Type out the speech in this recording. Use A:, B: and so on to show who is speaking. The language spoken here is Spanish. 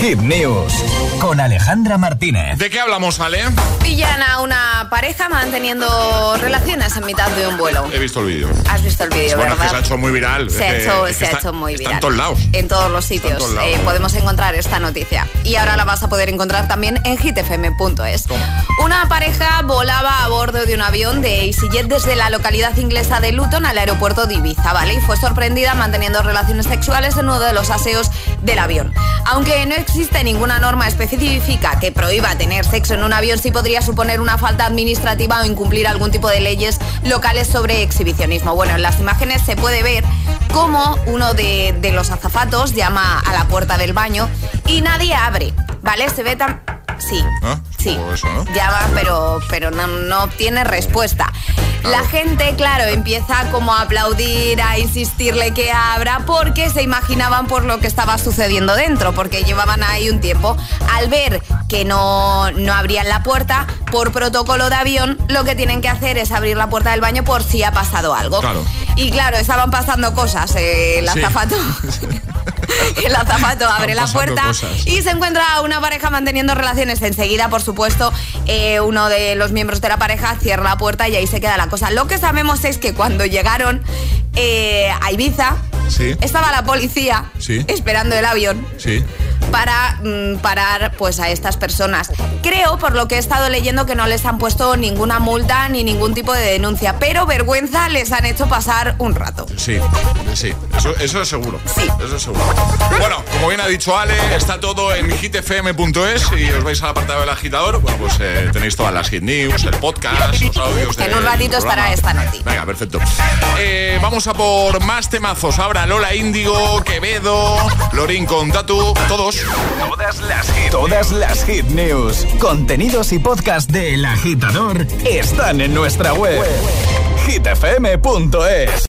A: Hit News con Alejandra Martínez.
B: ¿De qué hablamos, Ale?
C: Pillan a una pareja manteniendo relaciones en mitad de un vuelo.
B: He visto el vídeo.
C: Has visto el vídeo,
B: Bueno,
C: ¿verdad?
B: es que se ha hecho muy viral.
C: Se ha
B: Es que-
C: hecho,
B: es que
C: se ha
B: está-
C: hecho muy
B: está
C: viral. Eh,
B: en todos lados.
C: En todos los sitios
B: todos lados.
C: eh, podemos encontrar esta noticia. Y ahora la vas a poder encontrar también en hitfm.es. Una pareja volaba a bordo de un avión de EasyJet desde la localidad inglesa de Luton al aeropuerto de Ibiza, ¿vale? Y fue sorprendida manteniendo relaciones sexuales en uno de los aseos del avión. Aunque no existe ninguna norma específica que prohíba tener sexo en un avión, sí podría suponer una falta administrativa o incumplir algún tipo de leyes locales sobre exhibicionismo. Bueno, en las imágenes se puede ver cómo uno de, de los azafatos llama a la puerta del baño y nadie abre, ¿vale? Se ve tan... Sí,
B: ¿Ah?
C: sí.
B: O eso, ¿no?
C: Llama, pero, pero no, no obtiene respuesta. La gente, claro, empieza como a aplaudir, a insistirle que abra, porque se imaginaban por lo que estaba sucediendo dentro, porque llevaban ahí un tiempo. Al ver que no, no abrían la puerta, por protocolo de avión, lo que tienen que hacer es abrir la puerta del baño por si ha pasado algo.
B: Claro.
C: Y claro, estaban pasando cosas. eh, el
B: Sí.
C: azafato. el azafato abre la
B: pasando
C: puerta
B: cosas.
C: y se encuentra a una pareja manteniendo relaciones. Enseguida, por supuesto, eh, uno de los miembros de la pareja cierra la puerta y ahí se queda la cosa. Lo que sabemos es que cuando llegaron eh, a Ibiza,
B: Sí.
C: estaba la policía
B: Sí.
C: esperando el avión
B: Sí.
C: para mm, parar pues a estas personas. Creo, por lo que he estado leyendo, que no les han puesto ninguna multa ni ningún tipo de denuncia, pero vergüenza les han hecho pasar un rato.
B: Sí, sí, eso, eso es seguro.
C: Sí.
B: Eso es seguro. Bueno, como bien ha dicho Ale, está todo en hitfm.es y os vais al apartado del agitador. Bueno, pues eh, tenéis todas las hit news, el podcast, los audios.
C: En
B: del
C: un ratito estará
B: programa.
C: esta noticia.
B: Venga, perfecto. Eh, vamos a por más temazos. Ahora Lola Índigo, Quevedo, Lorín con Tatu, todos.
A: Todas las hit, todas las hit news, contenidos y podcast del agitador están en nuestra web. hitfm.es